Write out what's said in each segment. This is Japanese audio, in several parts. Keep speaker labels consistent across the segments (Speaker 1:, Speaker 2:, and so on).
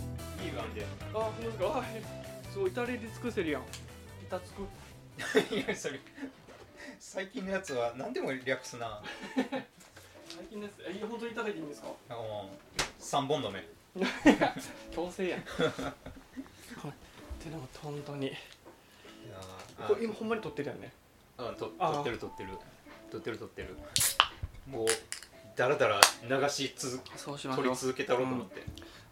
Speaker 1: みたいな
Speaker 2: あ、ほんですか。あすごい、至れり尽くせるやん。至つく。
Speaker 1: いやそれ最近のやつは何でも略すな
Speaker 2: 最近です。え、本当にいただいていいんですか。
Speaker 1: あの3本の目
Speaker 2: 強制やん。はい。ってなかった、本当に。これ今ほんまに撮ってるやんね。
Speaker 1: あと
Speaker 2: あ
Speaker 1: 撮ってる撮ってる撮ってる撮ってるもうだらだら流し続
Speaker 2: そうし
Speaker 1: 撮り続けたろうと思って、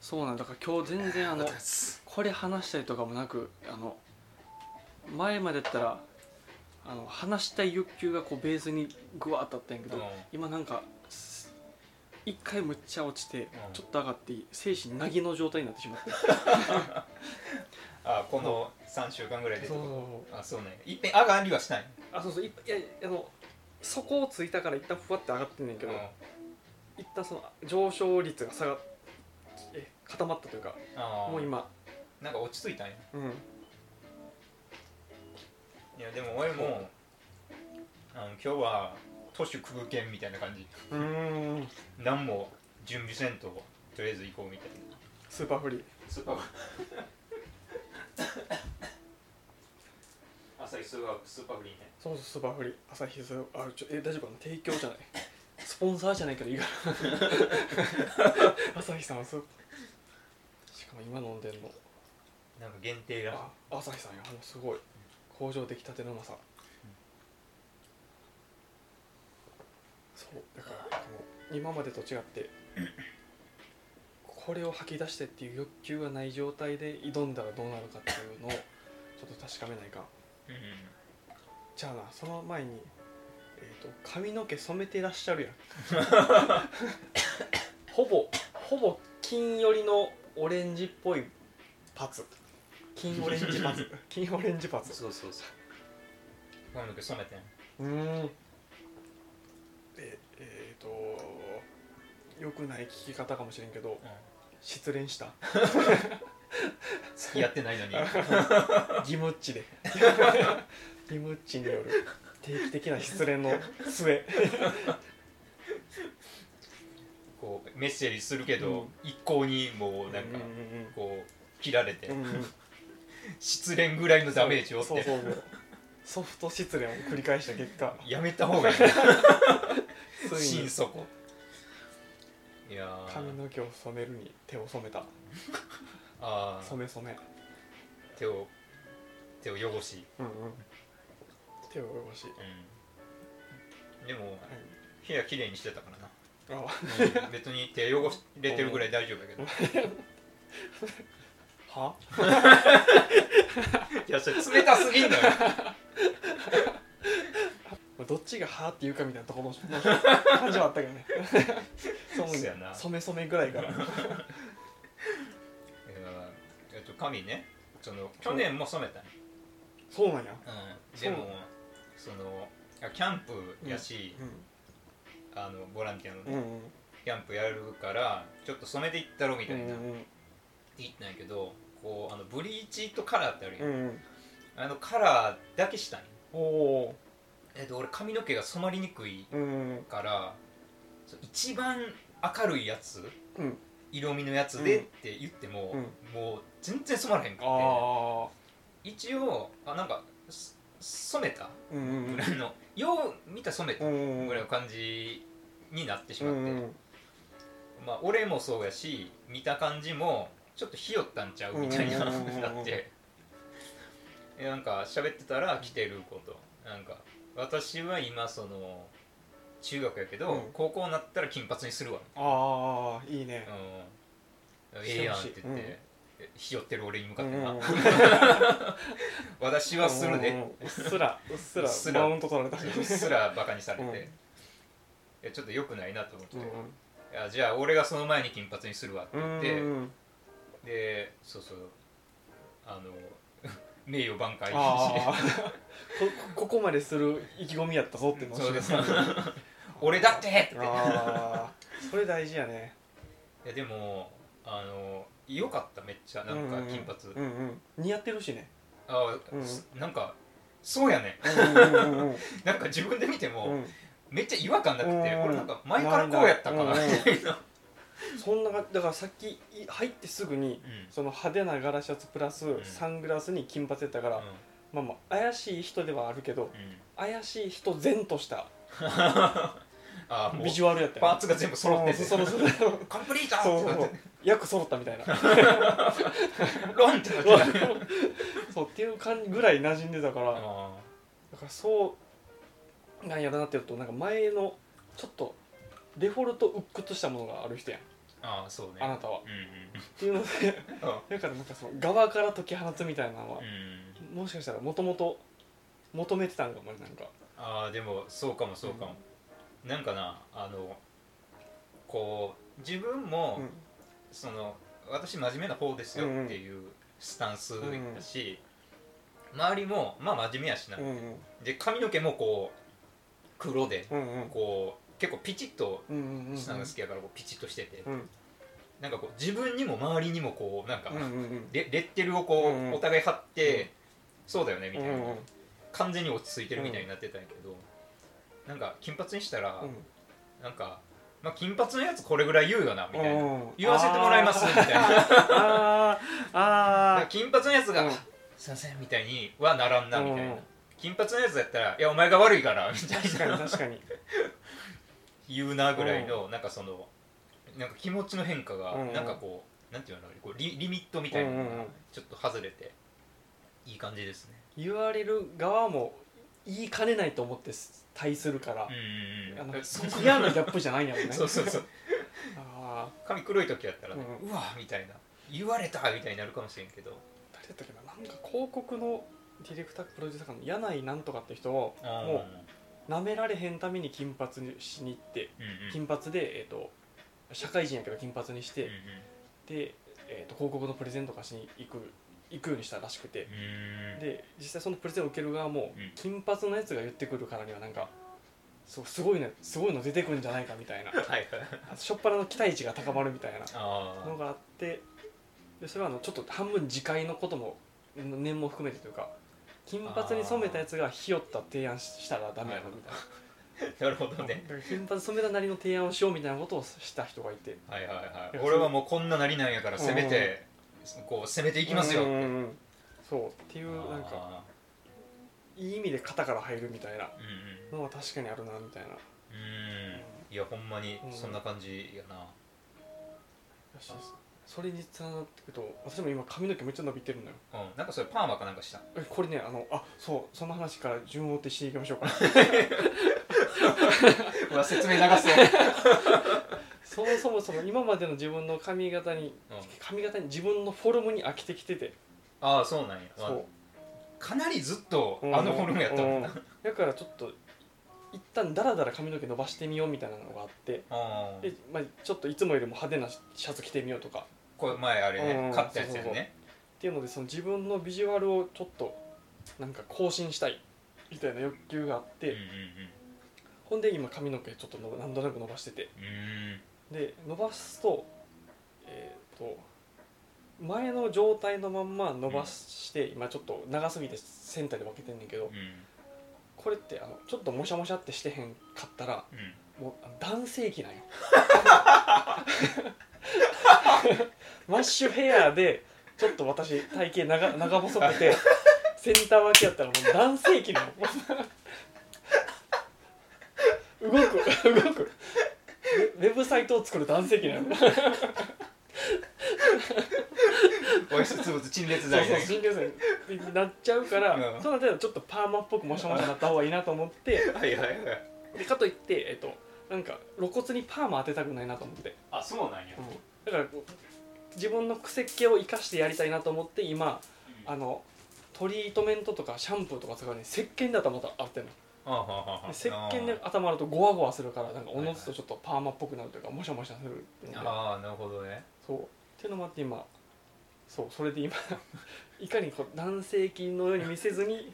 Speaker 2: そうなんだから今日全然あの
Speaker 1: す
Speaker 2: これ話したりとかもなくあの前までだったらあの話したい欲求がこうベースにグワーッとあったんやけど、
Speaker 1: うん
Speaker 2: 今なんかす一回むっちゃ落ちて、
Speaker 1: ん
Speaker 2: ちょっと上がって精神なぎの状態になってしまって
Speaker 1: あこの3週間ぐらいで
Speaker 2: そうそう
Speaker 1: と
Speaker 2: そう
Speaker 1: かあそうねいっぺん上がりはしない
Speaker 2: あそうそういいやあの底をついたから一旦ふわって上がってんねんけ
Speaker 1: け
Speaker 2: ど、
Speaker 1: ど
Speaker 2: 一旦その上昇率が下がっえ固まったというか
Speaker 1: あー
Speaker 2: もう今
Speaker 1: なんか落ち着いたんや
Speaker 2: うん
Speaker 1: いやでも俺もあの今日は都市空券みたいな感じ
Speaker 2: うん
Speaker 1: 何も準備せんととりあえず行こうみたいな
Speaker 2: スーパーフリー
Speaker 1: スーパー朝日スーパースーパーフリーね
Speaker 2: そうそうスーパーフリー朝日スーパーあちょえ大丈夫かな提供じゃないスポンサーじゃない けどいいかな朝日さんはスーパーしかも今飲んでんの
Speaker 1: なんか限定らしい
Speaker 2: あ朝日さんやあのすごい工場出来たてのうまさ、そうだからこの今までと違ってこれを吐き出してっていう欲求がない状態で挑んだらどうなるかっていうのをちょっと確かめないかん
Speaker 1: うん
Speaker 2: じゃあなその前に、えー、と髪の毛染めてらっしゃるやん ほぼほぼ金寄りのオレンジっぽいパツ金オレンジパ ツ金オレンジパツ
Speaker 1: そうそうそう髪の毛染めてん
Speaker 2: うーんええー、とよくない聞き方かもしれんけど失恋した
Speaker 1: 付き合ってない のに
Speaker 2: ギムッ チでギムッチによる定期的な失恋の末
Speaker 1: こうメッセージするけど、
Speaker 2: うん
Speaker 1: 一向にもうなんか、
Speaker 2: う
Speaker 1: こう切られて、
Speaker 2: んうんうんうんうん
Speaker 1: 失恋ぐらいのダメージを負って
Speaker 2: そうそうそうソフト失恋を繰り返した結果
Speaker 1: やめた方がいい
Speaker 2: つい
Speaker 1: 心
Speaker 2: に
Speaker 1: 底いやー
Speaker 2: 髪の毛を染めるに手を染めた
Speaker 1: あー
Speaker 2: 染め染め
Speaker 1: 手を手を汚し、
Speaker 2: うんうん手を汚し
Speaker 1: うん、でも部屋きれいにしてたからな
Speaker 2: あ
Speaker 1: うん別に手汚れてるぐらい大丈夫だ けど
Speaker 2: はい
Speaker 1: やそれ冷たすぎんのよ
Speaker 2: どっちが「は」って言うかみたいなところの感じはあったけど ねそう
Speaker 1: そうやな
Speaker 2: 染め染めぐらい から
Speaker 1: いやえっと髪ねその去年も染めたね
Speaker 2: そうなんや
Speaker 1: うん、でもそのあキャンプやし、あのボランティアのね、
Speaker 2: うんうん
Speaker 1: キャンプやるからちょっと染めていったろみた
Speaker 2: う
Speaker 1: いな、
Speaker 2: ん
Speaker 1: 言ったんやけどこうあのブリーチとカラーってあるや、
Speaker 2: うんんうん
Speaker 1: あのカラーだけしたんや
Speaker 2: おお
Speaker 1: えっと俺髪の毛が染まりにくい
Speaker 2: ーうん
Speaker 1: からそう一番明るいやつ
Speaker 2: うん
Speaker 1: 色味のやつでって言っても、もう全然染まらへんくて
Speaker 2: ああ
Speaker 1: 一応あなんかす染めた
Speaker 2: うんうん
Speaker 1: ぐ
Speaker 2: うん
Speaker 1: らいのよう見たら染めた
Speaker 2: うん
Speaker 1: ぐらいの感じになってし
Speaker 2: う
Speaker 1: まって、
Speaker 2: んうん
Speaker 1: まあ俺もそうやし見た感じもちょっとひよったんちゃうみたいな
Speaker 2: うんうんうんうんうん
Speaker 1: なってえなんか喋ってたら来てることなんか私は今その中学やけど、
Speaker 2: うん
Speaker 1: 高校になったら金髪にするわ、
Speaker 2: ああいいね
Speaker 1: うん、ええやんって言って、
Speaker 2: うん
Speaker 1: えひよってる俺に向かって
Speaker 2: うん
Speaker 1: な、
Speaker 2: うんうん
Speaker 1: 私はするで、
Speaker 2: うんうんうっすらうっす
Speaker 1: うっすら
Speaker 2: らマウント取られた
Speaker 1: うっすらバカにされて、
Speaker 2: うん
Speaker 1: いやちょっと良くないなと思って、
Speaker 2: うん
Speaker 1: いやじゃあ俺がその前に金髪にするわって
Speaker 2: うんう
Speaker 1: 言って、
Speaker 2: んうん
Speaker 1: でそうそうあの 名誉挽回
Speaker 2: ああ こここまでする意気込みやったぞってのを
Speaker 1: そうです
Speaker 2: 示す
Speaker 1: 俺だってって
Speaker 2: ああそれ大事やね
Speaker 1: いやでもあの良かっためっちゃなんか金髪、
Speaker 2: うんうん似合ってるしね
Speaker 1: あ、
Speaker 2: うん
Speaker 1: すなんかそうやね
Speaker 2: うんうんうんうん
Speaker 1: なんか自分で見ても、
Speaker 2: うん
Speaker 1: めっちゃ違和感なくて、
Speaker 2: うん
Speaker 1: これなんか前からこうやったかな
Speaker 2: な
Speaker 1: み
Speaker 2: るほど
Speaker 1: たいな
Speaker 2: そんながだからさっきい入ってすぐに
Speaker 1: うん
Speaker 2: その派手なガラシャツプラス
Speaker 1: ん
Speaker 2: サングラスに金髪やったから、
Speaker 1: う
Speaker 2: まあまあ怪しい人ではあるけど
Speaker 1: んうん
Speaker 2: 怪しい人善とした
Speaker 1: あもう
Speaker 2: ビジュアルやった
Speaker 1: パー
Speaker 2: よ
Speaker 1: ツが全部揃ってて
Speaker 2: うんそうそうそう
Speaker 1: コンプリート
Speaker 2: そう
Speaker 1: ってな
Speaker 2: そ
Speaker 1: っ
Speaker 2: う役揃ったみたいな
Speaker 1: てロンってなってた
Speaker 2: そうっていう感じぐらい馴染んでたから、だ
Speaker 1: あ
Speaker 2: からそうなんやろなってるとなんか前のちょっとデフォルト鬱屈したものがある人やん、
Speaker 1: あそうね
Speaker 2: あなたは
Speaker 1: うんうん
Speaker 2: っていうので
Speaker 1: あ
Speaker 2: だからなんかその側から解き放つみたいなのは
Speaker 1: う、ん
Speaker 2: もしかしたらもともと求めてたんかもねなんか
Speaker 1: あーでもそうかもそうかも、なんかなあのこう自分も、
Speaker 2: うん
Speaker 1: その私真面目な方ですよっていうスタンスだし、周りもまあ真面目やしな、
Speaker 2: うんうん
Speaker 1: で髪の毛もこう黒で
Speaker 2: うんうん
Speaker 1: こう結構ピチッと
Speaker 2: うんうんうん
Speaker 1: したのが好きやからこうピチッとしてて、
Speaker 2: うん
Speaker 1: なんかこう自分にも周りにもこうなんか、
Speaker 2: うんうんうん
Speaker 1: レレッテルを
Speaker 2: う
Speaker 1: こう、
Speaker 2: んうん
Speaker 1: お互い貼って、
Speaker 2: うん
Speaker 1: そうだよねみたいな、
Speaker 2: うんうん
Speaker 1: 完全に落ち着いてるみたいになってたんやけど、なんか金髪にしたら、なんか、まあ、金髪のやつこれぐらい言うよなみたいな、
Speaker 2: うん
Speaker 1: 言わせてもらいますみたいな
Speaker 2: あー
Speaker 1: なん
Speaker 2: あ
Speaker 1: か金髪のやつが
Speaker 2: うん
Speaker 1: 「すいません」みたいにはならんなみた
Speaker 2: う
Speaker 1: い
Speaker 2: んう
Speaker 1: なん金髪のやつだったら「いやお前が悪いから」み
Speaker 2: ー確
Speaker 1: た
Speaker 2: か
Speaker 1: い
Speaker 2: に
Speaker 1: な
Speaker 2: 確かに
Speaker 1: 言うなぐらいのなんかそのなんか気持ちの変化が
Speaker 2: うんうん
Speaker 1: なんかこうなんていうのこうリリミットみたいなの
Speaker 2: うんうんう
Speaker 1: が
Speaker 2: ん
Speaker 1: ちょっと外れていい感じですね
Speaker 2: 言われる側も言いかねないと思って対するから
Speaker 1: うん、うん
Speaker 2: あ
Speaker 1: うん
Speaker 2: の
Speaker 1: そうそう
Speaker 2: 嫌なギャップじゃないんやろね
Speaker 1: そうそうそう
Speaker 2: ああ
Speaker 1: 髪黒い時やったらね
Speaker 2: う
Speaker 1: うわみたいな言われたみたいになるかもしれんけど
Speaker 2: 誰だったっけななんか広告のディレクタープロデューサーかの柳井なんとかって人を
Speaker 1: あー
Speaker 2: もうなめられへんために金髪にしに行って
Speaker 1: うんうん
Speaker 2: 金髪で、えっと社会人やけど金髪にして、
Speaker 1: うん
Speaker 2: で、えー、と広告のプレゼントとかしに行く行くようにしたらしくて
Speaker 1: う、んうーん
Speaker 2: で実際そのプレゼンを受ける側も、
Speaker 1: うん
Speaker 2: 金髪のやつが言ってくるからにはなんかそうすごいねすごいの出てくるんじゃないかみたいな
Speaker 1: はいはい
Speaker 2: しょっぱなの期待値が高まるみたいな
Speaker 1: あ
Speaker 2: のがあってでそれはあのちょっと半分自戒のことも念も含めてというか金髪に染めたやつがひよった提案ししたらダメやろみたいな。
Speaker 1: あなるほどね
Speaker 2: だから金髪染めたなりの提案をしようみたいなことをした人がいて
Speaker 1: はいはいはい
Speaker 2: いや
Speaker 1: 俺はもうこんななりなんやから
Speaker 2: そう
Speaker 1: 攻めて、こう攻めていきますよ
Speaker 2: うん
Speaker 1: っ
Speaker 2: うん
Speaker 1: て
Speaker 2: うんそうっていうなんか
Speaker 1: あ
Speaker 2: いい意味で肩から入るみたいな
Speaker 1: ーうん
Speaker 2: のは確かにあるなみたいな
Speaker 1: うんうんいやほんまにそんな感じやな、
Speaker 2: それにつながっていくと私も今髪の毛めっちゃ伸びてるのよ
Speaker 1: うんなんかそれパーマかなんかした
Speaker 2: えこれねあのあそうその話から順を追ってしていきまし ょうか
Speaker 1: うわ説明流すよ、
Speaker 2: そもそもその今までの自分の髪型に
Speaker 1: うん、
Speaker 2: 髪型に自分のフォルムに飽きてきてて
Speaker 1: ああそうなんやまあ
Speaker 2: そう
Speaker 1: かなりずっと
Speaker 2: うん
Speaker 1: あのフォルムやったもんな、
Speaker 2: うだからちょっと一旦ダラダラ髪の毛伸ばしてみようみたいなのがあって
Speaker 1: あー
Speaker 2: で、まあ、ちょっといつもよりも派手なシャツ着てみようとか
Speaker 1: これ前あれね、
Speaker 2: うん
Speaker 1: 買ったやつやね
Speaker 2: っていうのでその自分のビジュアルをちょっとなんか更新したいみたいな欲求があって、
Speaker 1: うんう
Speaker 2: ほんで今髪の毛ちょっとのなんとなく伸ばしてて
Speaker 1: んうんう
Speaker 2: で伸ばすとえっ、と前の状態のまんま伸ばして、今ちょっと長すぎてセンターで分けてんねんけど
Speaker 1: ーん
Speaker 2: これってあのちょっともしゃもしゃってしてへんかったら
Speaker 1: うんうん
Speaker 2: もうあの男性器なんよマッシュヘアでちょっと私体型長長細くてセンター分けやったらもう男性器なの動く動くウェウェブサイトを作る男性器なのそう
Speaker 1: おいしつぶつ陳列
Speaker 2: そう
Speaker 1: 剤ね
Speaker 2: 神経線になっちゃうから、
Speaker 1: うん
Speaker 2: そうなったらちょっとパーマっぽくもしゃもしゃになった方がいいなと思って
Speaker 1: はいはいはい
Speaker 2: でかといってえっとなんか露骨にパーマ当てたくないなと思って
Speaker 1: あそうなんや、
Speaker 2: だからこう自分の癖っ気を生かしてやりたいなと思って今あのトリートメントとかシャンプーとか使うね石鹸で頭洗ってんので
Speaker 1: あはははは
Speaker 2: 石鹸で頭洗うとゴワゴワするからなんかおのずとちょっとパーマっぽくなるというかもしゃもしゃするっていうので
Speaker 1: ああなるほどね
Speaker 2: そうっていうのもあって今そうそれで今 いかにこう男性器のように見せずに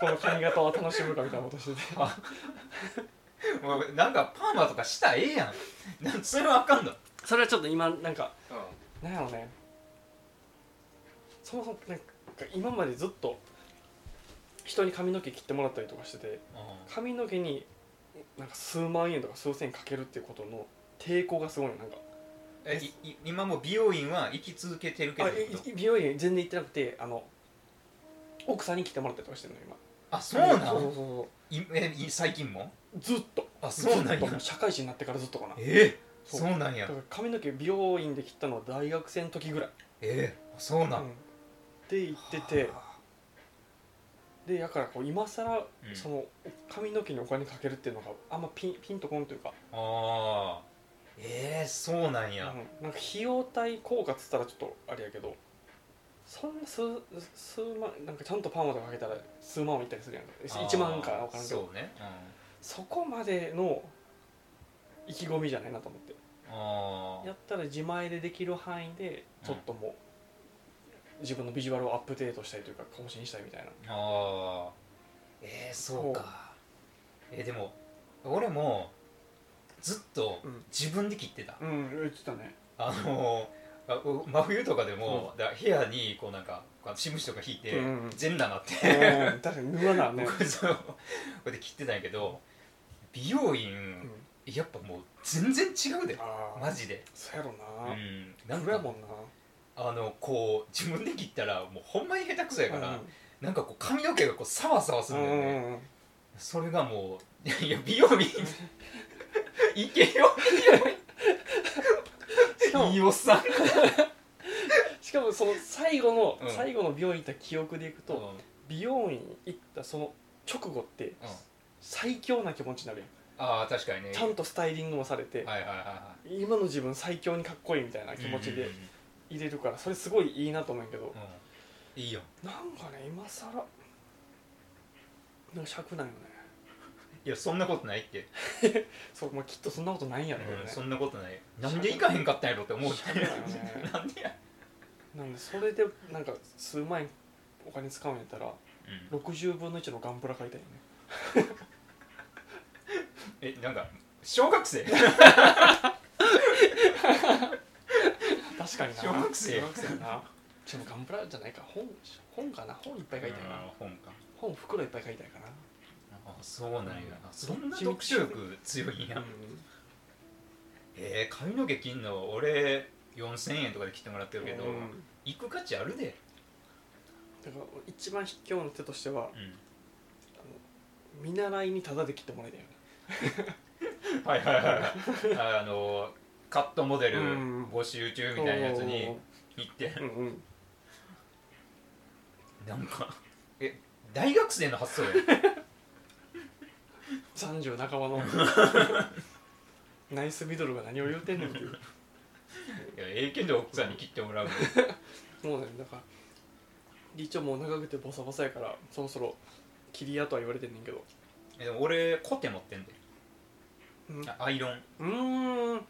Speaker 2: この髪型を楽しむかみたいなことしてて
Speaker 1: もうなんかパーマとかしたらええやんなんそれはあかんの
Speaker 2: それはちょっと今なんか
Speaker 1: うん
Speaker 2: なんやろねそもそもなんか今までずっと人に髪の毛切ってもらったりとかしてて髪の毛になんか数万円とか数千円かけるっていうことの抵抗がすごいのなんか
Speaker 1: えいい今も美容院は行き続けてるけど
Speaker 2: あいい美容院全然行ってなくてあの奥さんに来てもらったりとかしてるの今
Speaker 1: あそうな
Speaker 2: そうそ
Speaker 1: の
Speaker 2: うそ
Speaker 1: えい最近も
Speaker 2: うそうずっと
Speaker 1: あそうなんや
Speaker 2: ずっと社会人になってからずっとかな
Speaker 1: え
Speaker 2: そう
Speaker 1: そうなん
Speaker 2: だ
Speaker 1: や
Speaker 2: から髪の毛美容院で切ったのは大学生の時ぐらい、
Speaker 1: えそうなん
Speaker 2: うんで行ってて
Speaker 1: は
Speaker 2: でだからこう今更
Speaker 1: うん
Speaker 2: その髪の毛にお金かけるっていうのがあんまピンピンとこんというか、
Speaker 1: ああーえー、そうなん
Speaker 2: うん
Speaker 1: や、、
Speaker 2: なんか費用対効果っつったらちょっとあれやけどそんな数数万なんかちゃんとパーマとかかけたら数万はいったりするやん
Speaker 1: あー
Speaker 2: 1万か分からんけど
Speaker 1: そうね、うん、
Speaker 2: そこまでの意気込みじゃないなと思って
Speaker 1: あ
Speaker 2: やったら自前でできる範囲でちょっともう、自分のビジュアルをアップデートしたいというか更新したいみたいな
Speaker 1: あああえー、そうかえー、でも俺もずっと
Speaker 2: うん
Speaker 1: 自分で切ってた、
Speaker 2: うん言ってた ね
Speaker 1: あのあう真冬とかでも、だ部屋にこうなんかこうシムシとか引いて、
Speaker 2: うんうん
Speaker 1: 全裸なって
Speaker 2: うん確かに沼なね
Speaker 1: 僕 そうこうやって切ってたんやけど美容院、
Speaker 2: うん
Speaker 1: やっぱもう全然違うで
Speaker 2: あ
Speaker 1: マジで
Speaker 2: そうやろ
Speaker 1: う
Speaker 2: な、うん
Speaker 1: なん
Speaker 2: それや
Speaker 1: か
Speaker 2: もんな
Speaker 1: あのこう自分で切ったらもうほんまに下手くそやから、
Speaker 2: うん
Speaker 1: なんかこう髪の毛がこうサワサワするんだよね、
Speaker 2: うんうんうん
Speaker 1: それがもういや美容院行けよ
Speaker 2: しかも
Speaker 1: いいおっさん
Speaker 2: しかもその最後の、
Speaker 1: うん
Speaker 2: 最後の美容院行った記憶でいくと、
Speaker 1: と、
Speaker 2: 美容院行ったその直後って
Speaker 1: うん
Speaker 2: 最強な気持ちになるやん、
Speaker 1: ああ確かにね
Speaker 2: ちゃんとスタイリングもされて、
Speaker 1: はいはいはいは
Speaker 2: 今の自分最強にかっこいいみたいない気持ち
Speaker 1: うん
Speaker 2: で
Speaker 1: うんうん
Speaker 2: 入れるからそれすごいいいなと思うんやけど、
Speaker 1: うんいいよ
Speaker 2: なんかね今更なんか尺ないよね
Speaker 1: いやそんなことないって、
Speaker 2: そう、まあ、きっとそんなことないんやろうけどね
Speaker 1: うん、そんなことないなんで行かへんかったんやろって思う
Speaker 2: しゃべらんよね
Speaker 1: なんでや、
Speaker 2: なんでそれでなんか数万円お金使うんやったら
Speaker 1: うん
Speaker 2: 60分の1のガンプラ買いたいよね
Speaker 1: えなんか小学生
Speaker 2: 確かにな
Speaker 1: 小学生
Speaker 2: 小学生やなちょっとガンプラじゃないか本本かな本いっぱい書いたいな
Speaker 1: あー本か
Speaker 2: 本袋いっぱい書いたいかな
Speaker 1: あそうなん
Speaker 2: う
Speaker 1: や
Speaker 2: ん
Speaker 1: あそんな読書力強いんやえー、髪の毛切んの俺4000円とかで切ってもらってるけど、
Speaker 2: うん
Speaker 1: 行く価値あるで、
Speaker 2: だから一番卑怯な手としては
Speaker 1: う
Speaker 2: 見習いにタダで切ってもらいたいよね
Speaker 1: ん、はいはいは いはいあのカットモデル
Speaker 2: うん
Speaker 1: 募集中みたいなやつに行って
Speaker 2: うんうん
Speaker 1: なんかえ大学生の発想や
Speaker 2: 30半 ばのナイスミドルが何を言うてんねんっていう
Speaker 1: いやええけど奥さんに切っても らうの
Speaker 2: もうねだから一応もう長くてボサボサやからそろそろ切り屋とは言われてんねんけど
Speaker 1: えでも俺コテ持ってんで
Speaker 2: うん
Speaker 1: あアイロン
Speaker 2: うーんん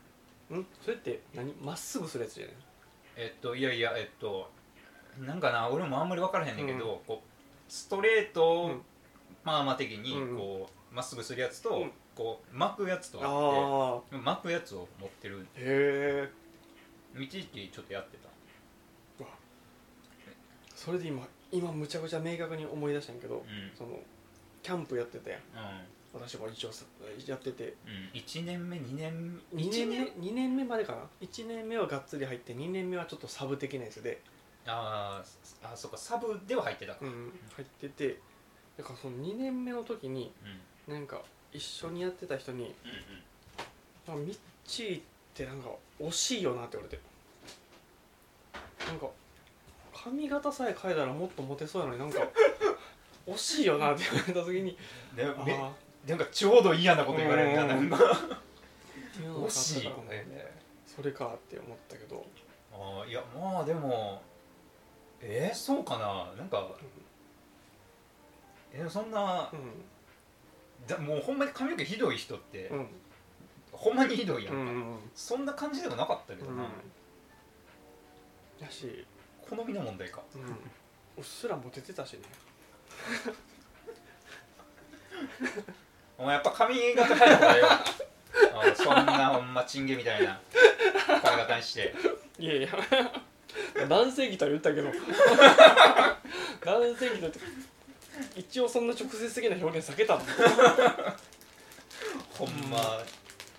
Speaker 2: それって何まっすぐするやつじゃない
Speaker 1: えっといやいやえっとなんかな俺もあんまり分からへんねんけど、こうストレートを
Speaker 2: うん
Speaker 1: パーマ的に
Speaker 2: うん
Speaker 1: こうまっすぐするやつと、
Speaker 2: うん
Speaker 1: こう巻くやつと
Speaker 2: あ
Speaker 1: あ
Speaker 2: あ
Speaker 1: って巻くやつを持ってる
Speaker 2: へえ
Speaker 1: 一時期ちょっとやってた
Speaker 2: それで今今むちゃくちゃ明確に思い出したんやけど
Speaker 1: うんうん
Speaker 2: そのキャンプやってたやん私も一応さやってて
Speaker 1: うん1年目2年
Speaker 2: 2年目
Speaker 1: 一
Speaker 2: 二年目までかな1年目はがっつり入って2年目はちょっとサブ的なやつで、
Speaker 1: あーあそっかサブでは入ってたか
Speaker 2: う、ん、入っててだからその2年目の時に
Speaker 1: うんう
Speaker 2: な
Speaker 1: ん
Speaker 2: んか一緒にやってた人に
Speaker 1: う
Speaker 2: 「な
Speaker 1: ん
Speaker 2: んかミッチーってなんか惜しいよな」って言われてなんか髪型さえ変えたらもっとモテそうやのになんか惜しいよなって言われた時 に
Speaker 1: で
Speaker 2: あ
Speaker 1: め
Speaker 2: あ
Speaker 1: なんかちょうど嫌なこと言われるな
Speaker 2: うん
Speaker 1: な
Speaker 2: うんうん
Speaker 1: んか
Speaker 2: っていうのがあ
Speaker 1: 惜
Speaker 2: った
Speaker 1: しい
Speaker 2: か
Speaker 1: よ
Speaker 2: らもう
Speaker 1: ね
Speaker 2: それかって思ったけど
Speaker 1: あーいやまあでもえー、そうかななんかえそんな
Speaker 2: う
Speaker 1: だもうほんまに髪の毛ひどい人って、
Speaker 2: んうん
Speaker 1: ほんまにひどいやん
Speaker 2: う
Speaker 1: か、
Speaker 2: んうん
Speaker 1: そんな感じではなかったけどな、
Speaker 2: やし、
Speaker 1: 好みの問題か
Speaker 2: うん、うっすらモテてたしね
Speaker 1: お前やっぱ髪型変えた方がいいわあーそんなほんまチンゲみたいな髪型にして
Speaker 2: いやいや 男性器とは言ったけど 男性器とって一応そんな直接的な表現避けたの
Speaker 1: ほんま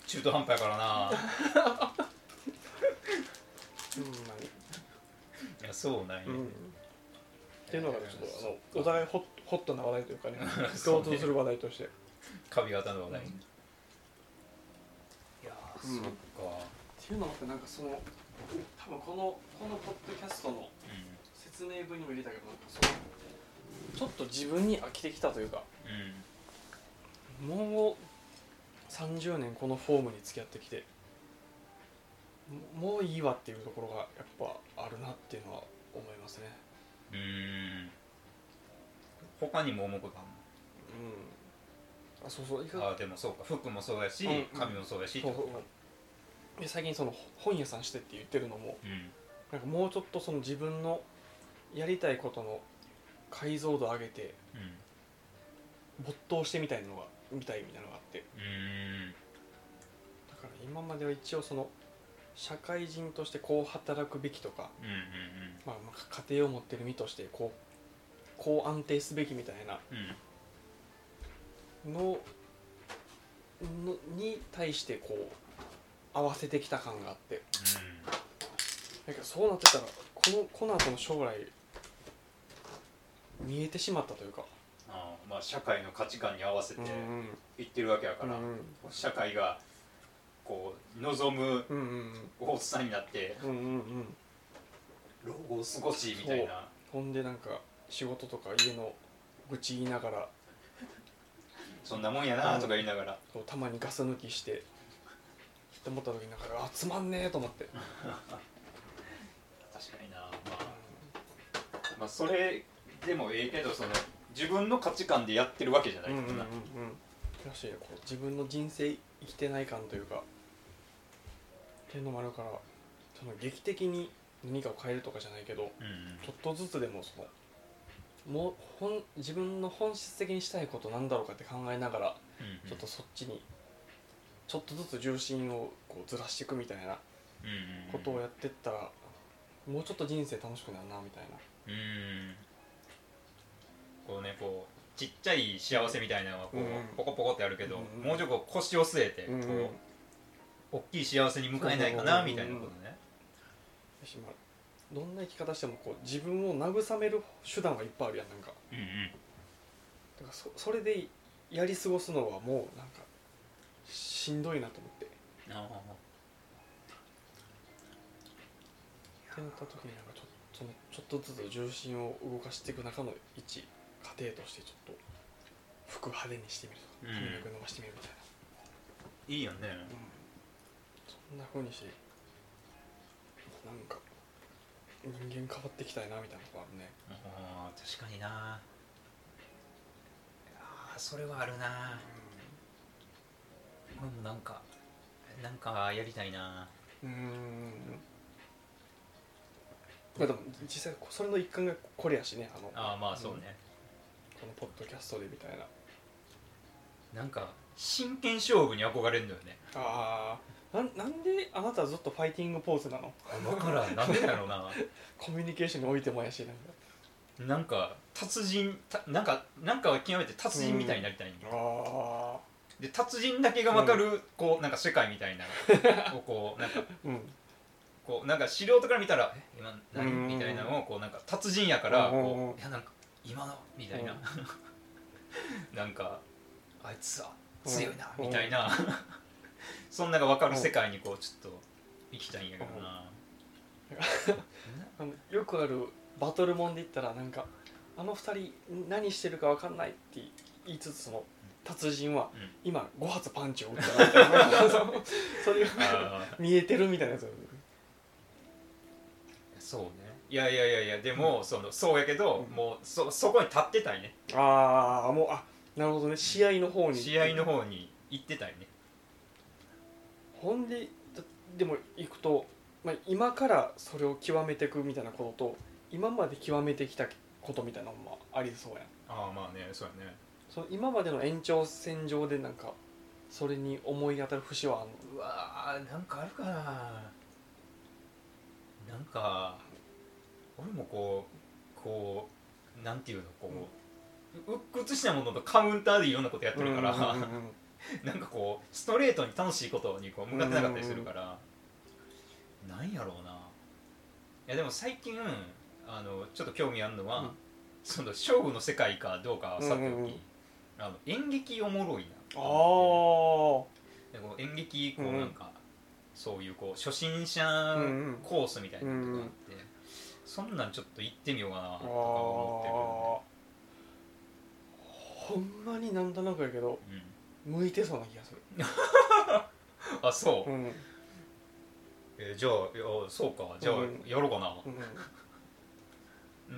Speaker 1: 中途半端やからなそうなんや、
Speaker 2: うんっていうのがねちょっと
Speaker 1: そっ
Speaker 2: あのお互いホッホットな話題という かね
Speaker 1: そう
Speaker 2: 共
Speaker 1: ね
Speaker 2: 通する話題として
Speaker 1: 髪型の話題、
Speaker 2: うん
Speaker 1: いやー、
Speaker 2: うん
Speaker 1: そっか、
Speaker 2: っていうのもあってなんかその多分このこのポッドキャストの説明文にも入れたけどなんかそのちょっと自分に飽きてきたというか
Speaker 1: うんうん
Speaker 2: もう30年このフォームに付き合ってきてももういいわっていうところがやっぱあるなっていうのは思いますね
Speaker 1: うーん他にも思うことあ
Speaker 2: うんあそうそうい
Speaker 1: ん
Speaker 2: か
Speaker 1: の
Speaker 2: が
Speaker 1: あーでもそうか服もそうやし、
Speaker 2: うん
Speaker 1: 髪もそうやし
Speaker 2: そうそうで最近その本屋さんしてって言ってるのも
Speaker 1: うん
Speaker 2: なんかもうちょっとその自分のやりたいことの解像度上げて
Speaker 1: うん
Speaker 2: 没頭してみたいのが見たいみたいなのがあって
Speaker 1: うーん
Speaker 2: だから今までは一応その社会人としてこう働くべきとか、
Speaker 1: うんうん
Speaker 2: まあ、まあ家庭を持ってる身としてこうこう安定すべきみたいな
Speaker 1: うんうん
Speaker 2: ののに対してこう合わせてきた感があってだけどそうなってたらこのこの後の将来見えてしまったというか
Speaker 1: あーまあ社会の価値観に合わせて
Speaker 2: うん
Speaker 1: いってるわけやか
Speaker 2: うん
Speaker 1: ら、社会がこう望む
Speaker 2: うんうん
Speaker 1: おっさんになって
Speaker 2: うんうんうん
Speaker 1: 老後を過ごしみたいな
Speaker 2: ほんでなんか仕事とか家の愚痴言いながら
Speaker 1: そんなもんやなとか言いながら、
Speaker 2: こうたまにガス抜きしてって思った時になんかあつまんねえと思って、
Speaker 1: 確かになまあまあそれでもええけどその自分の価値観でやってるわけじゃない
Speaker 2: うん
Speaker 1: か
Speaker 2: うんうんうん
Speaker 1: らな、
Speaker 2: らしいねこう自分の人生生きてない感というかっていうのもあるからその劇的に何かを変えるとかじゃないけど
Speaker 1: うんうん
Speaker 2: ちょっとずつでもそのもう本自分の本質的にしたいことなんだろうかって考えながらちょっとそっちにちょっとずつ重心をこうずらしていくみたいなことをやってったらもうちょっと人生楽しくなるなみたいな
Speaker 1: うんこうねこうちっちゃい幸せみたいなのはこう、
Speaker 2: うん
Speaker 1: ポコポコってあるけど、
Speaker 2: うん
Speaker 1: もうちょっと腰を据えて、
Speaker 2: うん
Speaker 1: こう大きい幸せに向かえないかな
Speaker 2: うん
Speaker 1: みたいなことね、
Speaker 2: しまあどんな生き方してもこう自分を慰める手段がいっぱいあるやんなんか
Speaker 1: うんうん
Speaker 2: だからそそれでやり過ごすのはもうなんかしんどいなと思ってってなった時になんかちょそのちょっとずつ重心を動かしていく中の一過程としてちょっと服派手にしてみるとか髪
Speaker 1: うん
Speaker 2: の毛伸ばしてみるみたいな、
Speaker 1: いいよね
Speaker 2: そんな風にしてなんか人間変わっていきたいなみたいなとこあるね
Speaker 1: あー確かになあーそれはあるな俺もなんかなんかやりたいな
Speaker 2: うんまあでも実際それの一環がこれやしねあの
Speaker 1: ああまあそうね、
Speaker 2: このポッドキャストでみたいな
Speaker 1: なんか真剣勝負に憧れるのよね
Speaker 2: ああなんなんであなたはずっとファイティングポーズなの
Speaker 1: 分からんなんでだろうな
Speaker 2: コミュニケーションにおいてもやしなんか
Speaker 1: なんか達人たなんかなんかは極めて達人みたいになりたいんよ
Speaker 2: ああ
Speaker 1: で達人だけが分かる、こうなんか世界みたい なをこうなんか
Speaker 2: うん
Speaker 1: こうなんか素人から見たら「え今何?
Speaker 2: うん」
Speaker 1: みたいなのをこうなんか達人やから
Speaker 2: うん
Speaker 1: こう「いやなんか今の」みたいな なんか「あいつは強いな」
Speaker 2: うん
Speaker 1: みたいな そんなが分かる世界にこうちょっと生きたいんやけどな
Speaker 2: あのよくあるバトルもんで言ったらなんかあの二人何してるかわかんないって言いつつその達人は
Speaker 1: うん
Speaker 2: 今5発パンチを打ったなみたいな そうそれが
Speaker 1: あー
Speaker 2: 見えてるみたいなやつよね
Speaker 1: そうねいやいやいやいやでも、そのそうやけど、
Speaker 2: うん
Speaker 1: もうそそこに立ってたいね
Speaker 2: ああもうあなるほどね試合の方に
Speaker 1: 試合の方に行ってたいね
Speaker 2: ほんでだでも行くと、まあ、今からそれを極めていくみたいなことと今まで極めてきたことみたいなのもありそうやん
Speaker 1: ああまあねそうやね
Speaker 2: その今までの延長線上でなんかそれに思い当たる節はあんの
Speaker 1: うわーなんかあるかななんか俺もこうこうなんていうのこう、う鬱屈したものとカウンターでいろんなことやってるから、
Speaker 2: うんうんうんうん
Speaker 1: なんかこうストレートに楽しいことにこう向かってなかったりするから、なんやろうないやでも最近あのちょっと興味あるのは、
Speaker 2: うん
Speaker 1: その勝負の世界かどうかはさておき、
Speaker 2: うんうんうん
Speaker 1: あの演劇おもろいな
Speaker 2: ああ
Speaker 1: でこう演劇こ
Speaker 2: う
Speaker 1: うんなんか、そういうこう初心者コースみたいなことがあって、そんなんちょっと行ってみようかなと
Speaker 2: あ
Speaker 1: か思
Speaker 2: ほんまになんとなくやけど
Speaker 1: ってる、ね
Speaker 2: 向いてそうな気がする
Speaker 1: うん、あそう、
Speaker 2: うん、うん、
Speaker 1: えじゃあいやそうかじゃあ
Speaker 2: うん
Speaker 1: やろうか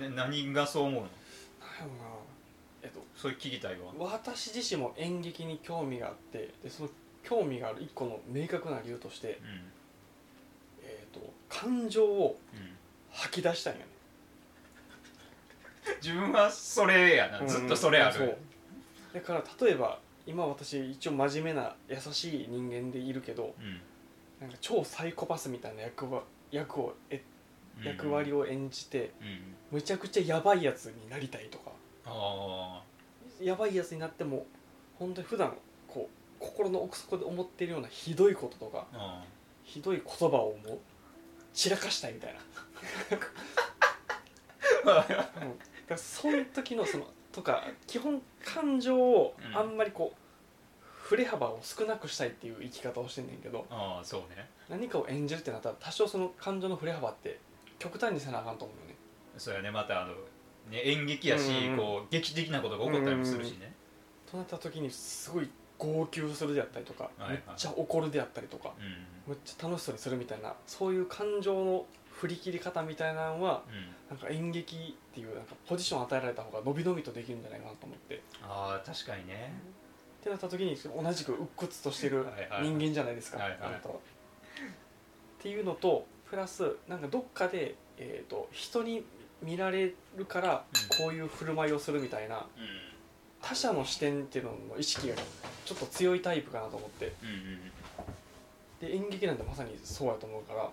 Speaker 2: な
Speaker 1: な、
Speaker 2: んや
Speaker 1: ね、何がそう思うの
Speaker 2: ろなえっと
Speaker 1: それ聞きたいわ
Speaker 2: 私自身も演劇に興味があってでその興味がある一個の明確な理由として
Speaker 1: う、ん
Speaker 2: えっと感情を
Speaker 1: うん
Speaker 2: 吐き出したいんやね
Speaker 1: 自分はそれやな、ずっとそれあ
Speaker 2: そう
Speaker 1: る
Speaker 2: だから例えば今私一応真面目な優しい人間でいるけど
Speaker 1: うん
Speaker 2: なんか超サイコパスみたいな役は役をえ
Speaker 1: うん
Speaker 2: 役割を演じて
Speaker 1: うん
Speaker 2: むちゃくちゃやばいやつになりたいとか
Speaker 1: あ
Speaker 2: やばいやつになっても本当に普段こう心の奥底で思ってるようなひどいこととか
Speaker 1: ーあ
Speaker 2: ひどい言葉をもう散らかしたいみたいなう
Speaker 1: ー
Speaker 2: んだからその時のそのとか基本感情を
Speaker 1: うん
Speaker 2: あんまりこう振れ幅を少なくしたいっていう生き方をしてんねんけど
Speaker 1: あーそうね
Speaker 2: 何かを演じるってなったら多少その感情の振れ幅って極端にせなあかんと思うよね
Speaker 1: そうやねまたあの、ね、演劇やし、
Speaker 2: うんうん
Speaker 1: こう劇的なことが起こったりもするしね、
Speaker 2: となった時にすごい号泣するであったりとか、
Speaker 1: はいはい
Speaker 2: めっちゃ怒るであったりとか
Speaker 1: うん
Speaker 2: めっちゃ楽しそうにするみたいなそういう感情の振り切り方みたいなのは
Speaker 1: う
Speaker 2: な
Speaker 1: ん
Speaker 2: んか演劇っていうなんかポジションを与えられた方が伸び伸びとできるんじゃないかなと思ってっ
Speaker 1: ああ確かにね
Speaker 2: てなった時に同じく鬱屈としてる
Speaker 1: はいはい
Speaker 2: 人間じゃないですか、
Speaker 1: はいはい
Speaker 2: あなたは。っていうのとプラスなんかどっかで、えー、と人に見られるから
Speaker 1: う
Speaker 2: こういう振る舞いをするみたいな
Speaker 1: う
Speaker 2: 他者の視点っていうのの意識がちょっと強いタイプかなと思って
Speaker 1: んうんうん
Speaker 2: で演劇なんてまさにそうやと思うから
Speaker 1: うん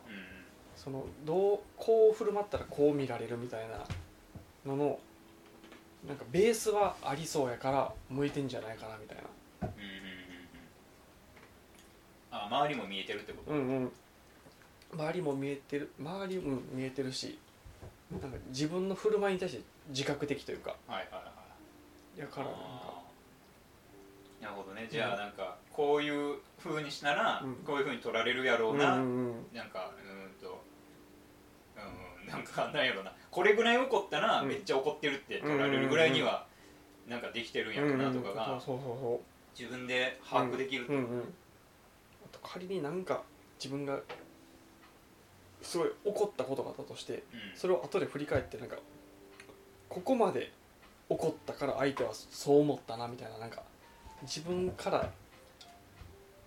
Speaker 2: そのどうこう振る舞ったらこう見られるみたいなののなんかベースはありそうやから向いてんじゃないかなみたいな
Speaker 1: うんうんうんあ周りも見えてるってこ
Speaker 2: うんうん周りも見えてる周りも見えてるしなんか自分の振る舞いに対して自覚的というか
Speaker 1: はいはいはい
Speaker 2: やからなんか
Speaker 1: あーなるほどねじゃあなんかこういうふうにしたら、
Speaker 2: うん
Speaker 1: こういうふうに取られるやろ
Speaker 2: う
Speaker 1: うんな、
Speaker 2: うんうん
Speaker 1: なんかうーんとうんうんなんかなんやろなこれぐらい怒ったら
Speaker 2: うん
Speaker 1: めっちゃ怒ってるって取られるぐらいにはなんかできてるんやろなと
Speaker 2: うんう
Speaker 1: か
Speaker 2: ん
Speaker 1: が
Speaker 2: そうそうそう
Speaker 1: 自分で把握できる
Speaker 2: うんうん、あと仮になんか自分がすごい怒ったことがあったとして
Speaker 1: うん
Speaker 2: それを後で振り返ってなんかここまで怒ったから相手はそう思ったなみたいななんか自分から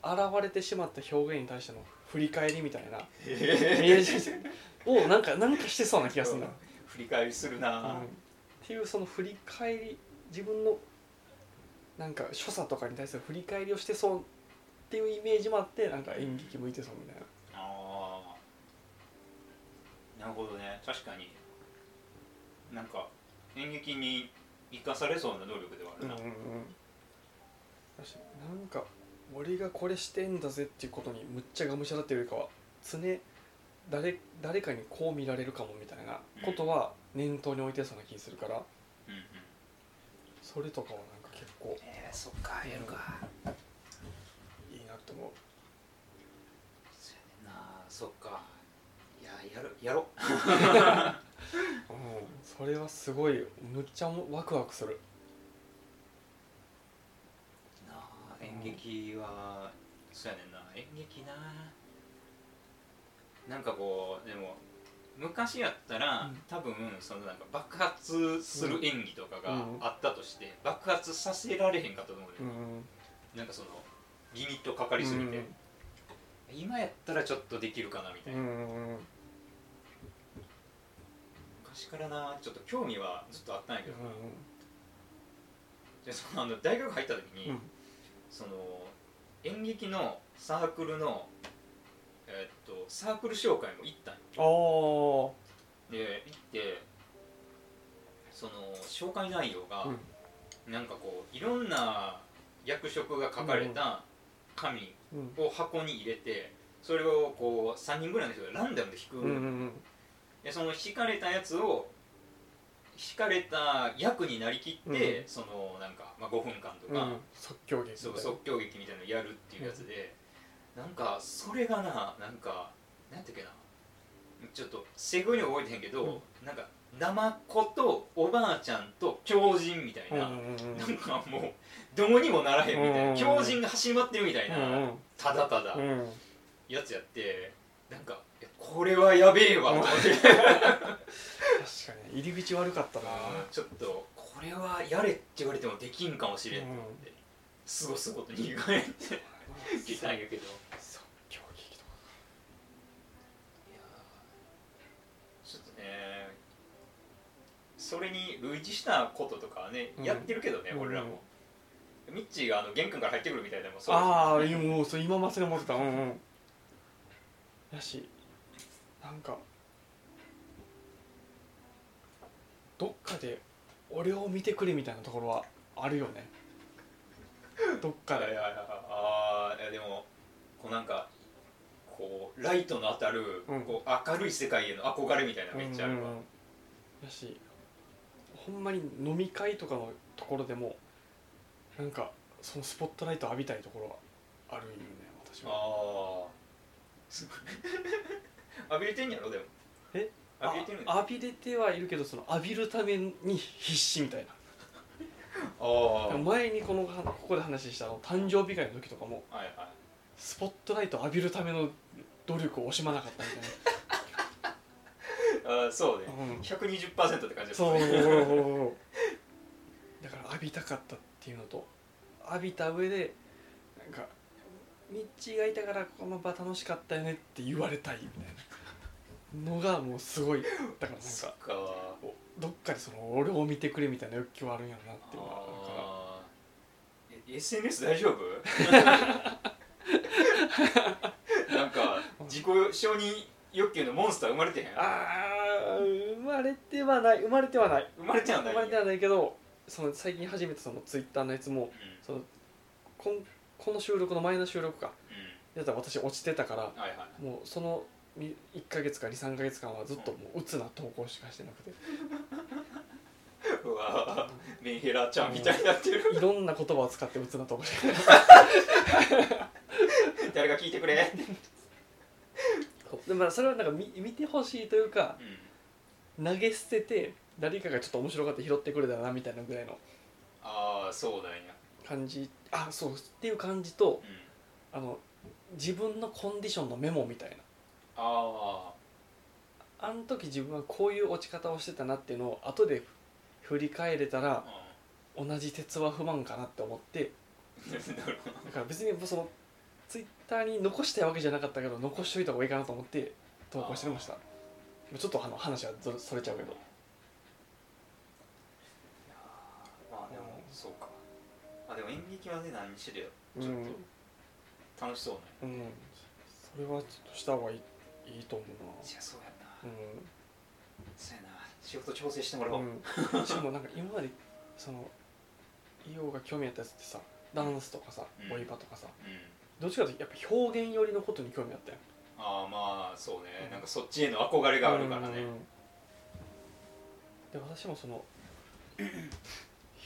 Speaker 2: 現れてしまった表現に対しての振り返りみたいなイメージをなんかなんかしてそうな気がするな、
Speaker 1: うん振り返りする
Speaker 2: うん、っ
Speaker 1: な
Speaker 2: ていうその振り返り自分のなんか所作とかに対する振り返りをしてそうっていうイメージもあってなんか演劇向いてそうみたいな
Speaker 1: あーなるほどね確かになんか演劇に生かされそうな能力ではあるな、
Speaker 2: うんうんうんだしなんか俺がこれしてんだぜっていうことにむっちゃがむしゃらっていうよりかは常誰誰かにこう見られるかもみたいなことは念頭に置いてそうな気するから
Speaker 1: うんうん
Speaker 2: それとかはなんか結構
Speaker 1: えー、そっかやるか、
Speaker 2: いいなって思う
Speaker 1: そやねんなそっかいややるやろ
Speaker 2: うん、それはすごいむっちゃもワクワクする
Speaker 1: なあ演劇はそうやねんな演劇ななんかこうでも昔やったら、
Speaker 2: うん
Speaker 1: 多分そのなんか爆発する演技とかが
Speaker 2: うん
Speaker 1: あったとして、爆発させられへんかったと思うね、
Speaker 2: うん
Speaker 1: なんかそのギミットかかりすぎて、今やったらちょっとできるかなみた
Speaker 2: う
Speaker 1: い
Speaker 2: ん
Speaker 1: な、
Speaker 2: うん
Speaker 1: 昔からなちょっと興味はずっとあったんやけど、でそのあの大学入った時に、
Speaker 2: うん
Speaker 1: その演劇のサークルの、えーっとサークル紹介も行ったんよ
Speaker 2: ああ
Speaker 1: で行ってその紹介内容が、なんかこういろんな役職が書かれた紙
Speaker 2: うん
Speaker 1: を箱に入れてそれをこう3人ぐらいの人がランダムで引く、
Speaker 2: うんうんうん
Speaker 1: でその引かれたやつを引かれた役になりきって、
Speaker 2: うん
Speaker 1: そのなんか、まあ、5分間と
Speaker 2: う
Speaker 1: か、
Speaker 2: ん、即興劇みた
Speaker 1: そ
Speaker 2: いうな
Speaker 1: 即興劇みたいなのやるっていうやつで、なんかそれがななんかなんていうっけなちょっと正確には覚えてへんけど、なんかナマコとおばあちゃんと狂人みたいな、
Speaker 2: うんうんうん
Speaker 1: なんかもうどうにもならへんみたいな、
Speaker 2: うんうんうん
Speaker 1: 狂人が走り回ってるみたいな、
Speaker 2: う
Speaker 1: ただただ
Speaker 2: んうんうん
Speaker 1: やつやってなんかいやこれはやべえわと思って、
Speaker 2: 確かに入り口悪かったな
Speaker 1: ちょっとこれはやれって言われてもできんかもしれんと思って、すごすごと逃げてきたんやけど。
Speaker 2: 即興劇とか
Speaker 1: いやーちょっとねそれに類似したこととかはね、
Speaker 2: うん
Speaker 1: やってるけどね、
Speaker 2: うん
Speaker 1: 俺らもミッチーがあの玄関から入ってくるみたいなのもそう
Speaker 2: ああ
Speaker 1: です
Speaker 2: ー
Speaker 1: よね
Speaker 2: もうそれ今までで思ってたうんうんやしなんかどっかで俺を見てくれみたいなところはあるよねどっか
Speaker 1: いやい
Speaker 2: で
Speaker 1: やいやあーいやでもこうなんかこうライトの当たる、
Speaker 2: うん
Speaker 1: こう明るい世界への憧れみたいなの めっちゃあるわ、
Speaker 2: うんうんうんやしほんまに飲み会とかのところでもなんかそのスポットライト浴びたいところはあるよね私は
Speaker 1: ああすごい浴びれてんやろでも
Speaker 2: え
Speaker 1: 浴びれてるんや
Speaker 2: あ浴びれてはいるけどその浴びるために必死みたいな
Speaker 1: ああはい
Speaker 2: 前にこのここで話したあの誕生日会の時とかも
Speaker 1: はい
Speaker 2: スポットライト浴びるための努力を惜しまなかったみ
Speaker 1: あーそうね
Speaker 2: たいな、うん、
Speaker 1: 120%って感じです
Speaker 2: そう
Speaker 1: ね
Speaker 2: だから浴びたかったっていうのと浴びた上でなんか道がいたからこの場楽しかったよねって言われたいみたいなのがもうすごいだからなん
Speaker 1: そ
Speaker 2: か
Speaker 1: っか
Speaker 2: おどっかでその俺を見てくれみたいな欲求はあるんやろなっていうのがあるから
Speaker 1: あーえ SNS 大丈夫 なんか自己承認欲求のモンスター生まれてへん
Speaker 2: あー生まれてはない生まれてはない
Speaker 1: 生まれてはな
Speaker 2: 生
Speaker 1: い
Speaker 2: まれてはないけどその最近初めてそのツイッターのやつも
Speaker 1: う
Speaker 2: そのこんこの収録の前の収録か
Speaker 1: ん
Speaker 2: やったら私落ちてたから
Speaker 1: うんはいはい
Speaker 2: もうその1ヶ月か23ヶ月間はずっともう鬱な投稿しかしてなくて
Speaker 1: うわーメンヘラちゃんみたいになってる
Speaker 2: いろんな言葉を使って鬱な投稿しかしてなくて
Speaker 1: 誰が聞いてくれ、
Speaker 2: そうでもまあそれはなんか見見てほしいというか
Speaker 1: うん
Speaker 2: 投げ捨てて誰かがちょっと面白がって拾ってくれたらなみたいなぐらいの
Speaker 1: ああそうなんや、
Speaker 2: 感じあそうっていう感じと
Speaker 1: うん、
Speaker 2: あの自分のコンディションのメモみたいな
Speaker 1: あ
Speaker 2: あの時自分はこういう落ち方をしてたなっていうのを後で振り返れたら
Speaker 1: あ、
Speaker 2: 同じ鉄は不満かなって思って
Speaker 1: うん、なるほど
Speaker 2: だから別にそのツイッターに残したいわけじゃなかったけど残しといた方がいいかなと思って投稿してましたちょっとあの話はそれそれちゃうけど
Speaker 1: いやーまあでもそうかあでも演劇はね何しろよちょっと楽しそうね、
Speaker 2: うんそれはちょっとした方がいいいいと思
Speaker 1: いやそうやな
Speaker 2: うな
Speaker 1: そうやな仕事調整してもら
Speaker 2: う
Speaker 1: おう、
Speaker 2: ん、うん、 しかもなんか今までそのイオが興味あったやつってさダンスとかさ
Speaker 1: うん
Speaker 2: ボイパとかさ
Speaker 1: うん
Speaker 2: どっちかというとやっぱ表現寄りのことに興味あったよ
Speaker 1: ああまあそうね、
Speaker 2: うん
Speaker 1: なんかそっちへの憧れがあるからね、
Speaker 2: うんで私もその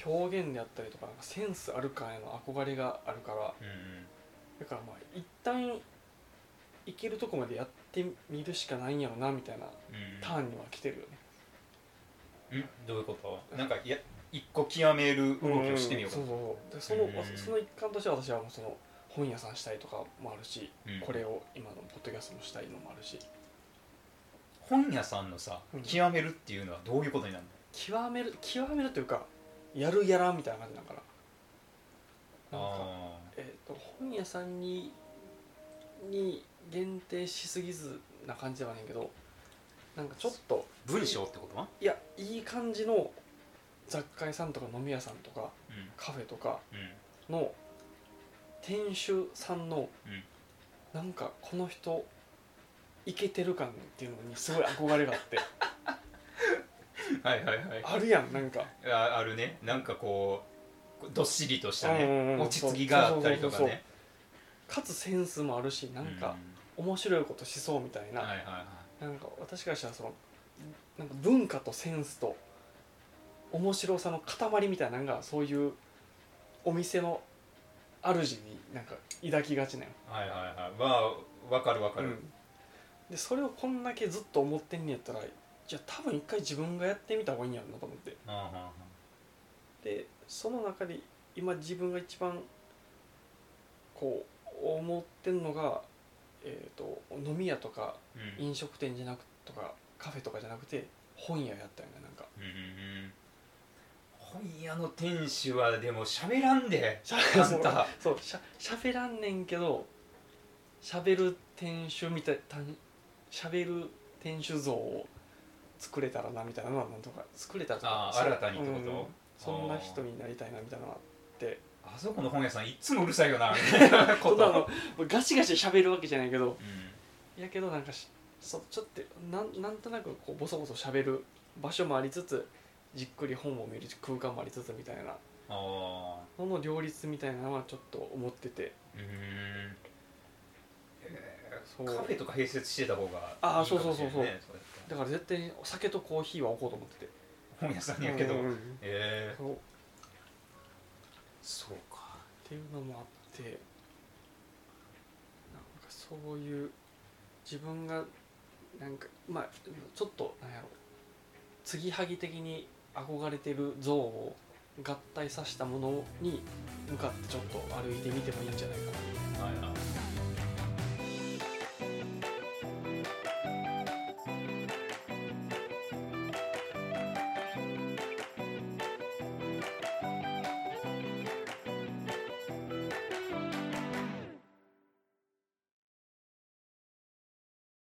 Speaker 2: 表現であったりとかなんかセンスあるかへの憧れがあるからだからまあ一旦いけるとこまでやってみるしかないんやろなみたいなターンには来てるよね
Speaker 1: んどういうことなんかいや一個極める動きをしてみようか
Speaker 2: ん
Speaker 1: な、
Speaker 2: そうそうでその、
Speaker 1: うん
Speaker 2: その一環として私はもうその本屋さんしたいとかもあるし、
Speaker 1: うん
Speaker 2: これを今のポッドキャストもしたいのもあるし
Speaker 1: 本屋さんのさ
Speaker 2: うん
Speaker 1: 極めるっていうのはどういうことになるの、
Speaker 2: 極める極めるというかやるやらんみたいな感じだからなんか
Speaker 1: あ
Speaker 2: えー、と本屋さんにに限定しすぎずな感じではないけどなんかちょっと
Speaker 1: ー文章ってことはい
Speaker 2: やいい感じの雑貨屋さんとか飲み屋さんとか
Speaker 1: う
Speaker 2: カフェとか
Speaker 1: んうん
Speaker 2: の店主さんの、
Speaker 1: うん
Speaker 2: なんかこの人イケてる感っていうのにすごい憧れがあって
Speaker 1: はいはいはい
Speaker 2: あるやんなんか
Speaker 1: ああるねなんかこうこうどっしりとした
Speaker 2: うんうん
Speaker 1: ね
Speaker 2: うん
Speaker 1: 落ち着きがあったりとか
Speaker 2: そうそうそう
Speaker 1: ね
Speaker 2: かつセンスもあるしなんか面白いことしそうみたい
Speaker 1: うん
Speaker 2: な
Speaker 1: はいはいはい
Speaker 2: なんか私からしたらそのなんか文化とセンスと面白さの塊みたいなのがそういうお店の主になんか抱きがちなんよ
Speaker 3: はいはいはいまあわかるわかる、
Speaker 2: うんでそれをこんだけずっと思ってんねやったらじゃあ多分一回自分がやってみた方がいいんやろなと思って
Speaker 3: うんうんうん
Speaker 2: でその中で今自分が一番こう思ってんのが、えー、と飲み屋とか
Speaker 1: うん
Speaker 2: 飲食店じゃなくとかカフェとかじゃなくて本屋やったよねなんか
Speaker 1: うんうん本屋の店主はでも喋らんで
Speaker 2: しゃ
Speaker 1: あんた
Speaker 2: そうしゃしゃべらんねんけどしゃべる店主みたいたんしゃべる店主像を作れたらなみたいなのはなんとか作れたらとか
Speaker 3: あー
Speaker 2: そう
Speaker 3: 新たにってこと
Speaker 2: うんそんな
Speaker 3: あー
Speaker 2: 人になりたいなみたいなのは
Speaker 1: あそこの本屋さんいっつもうるさい よなみたいなこ
Speaker 2: ちょっとあ
Speaker 1: と
Speaker 2: のガシガシしゃべるわけじゃないけど
Speaker 1: うん
Speaker 2: やけどなんかしそうちょっとなんなんとなくこうボソボソしゃべる場所もありつつじっくり本を見る空間もありつつみたいな
Speaker 3: あ
Speaker 2: のの両立みたいなのはちょっと思ってて
Speaker 1: うーんえ
Speaker 2: そう
Speaker 1: ーカフェとか併設してた方がいい
Speaker 2: あー
Speaker 1: かもしれんね
Speaker 2: そうそうそうそう
Speaker 1: れって
Speaker 2: だから絶対にお酒とコーヒーは置こうと思ってて
Speaker 1: 本屋さんやけど、
Speaker 2: うんうんうん
Speaker 1: えー、
Speaker 2: そうっ
Speaker 1: そうか
Speaker 2: ていうのもあってなんかそういう自分がなんかまあちょっとなんやろ継ぎはぎ的に憧れてる像を合体させたものに向かってちょっと歩いてみてもいいんじゃないかな
Speaker 3: あはいはい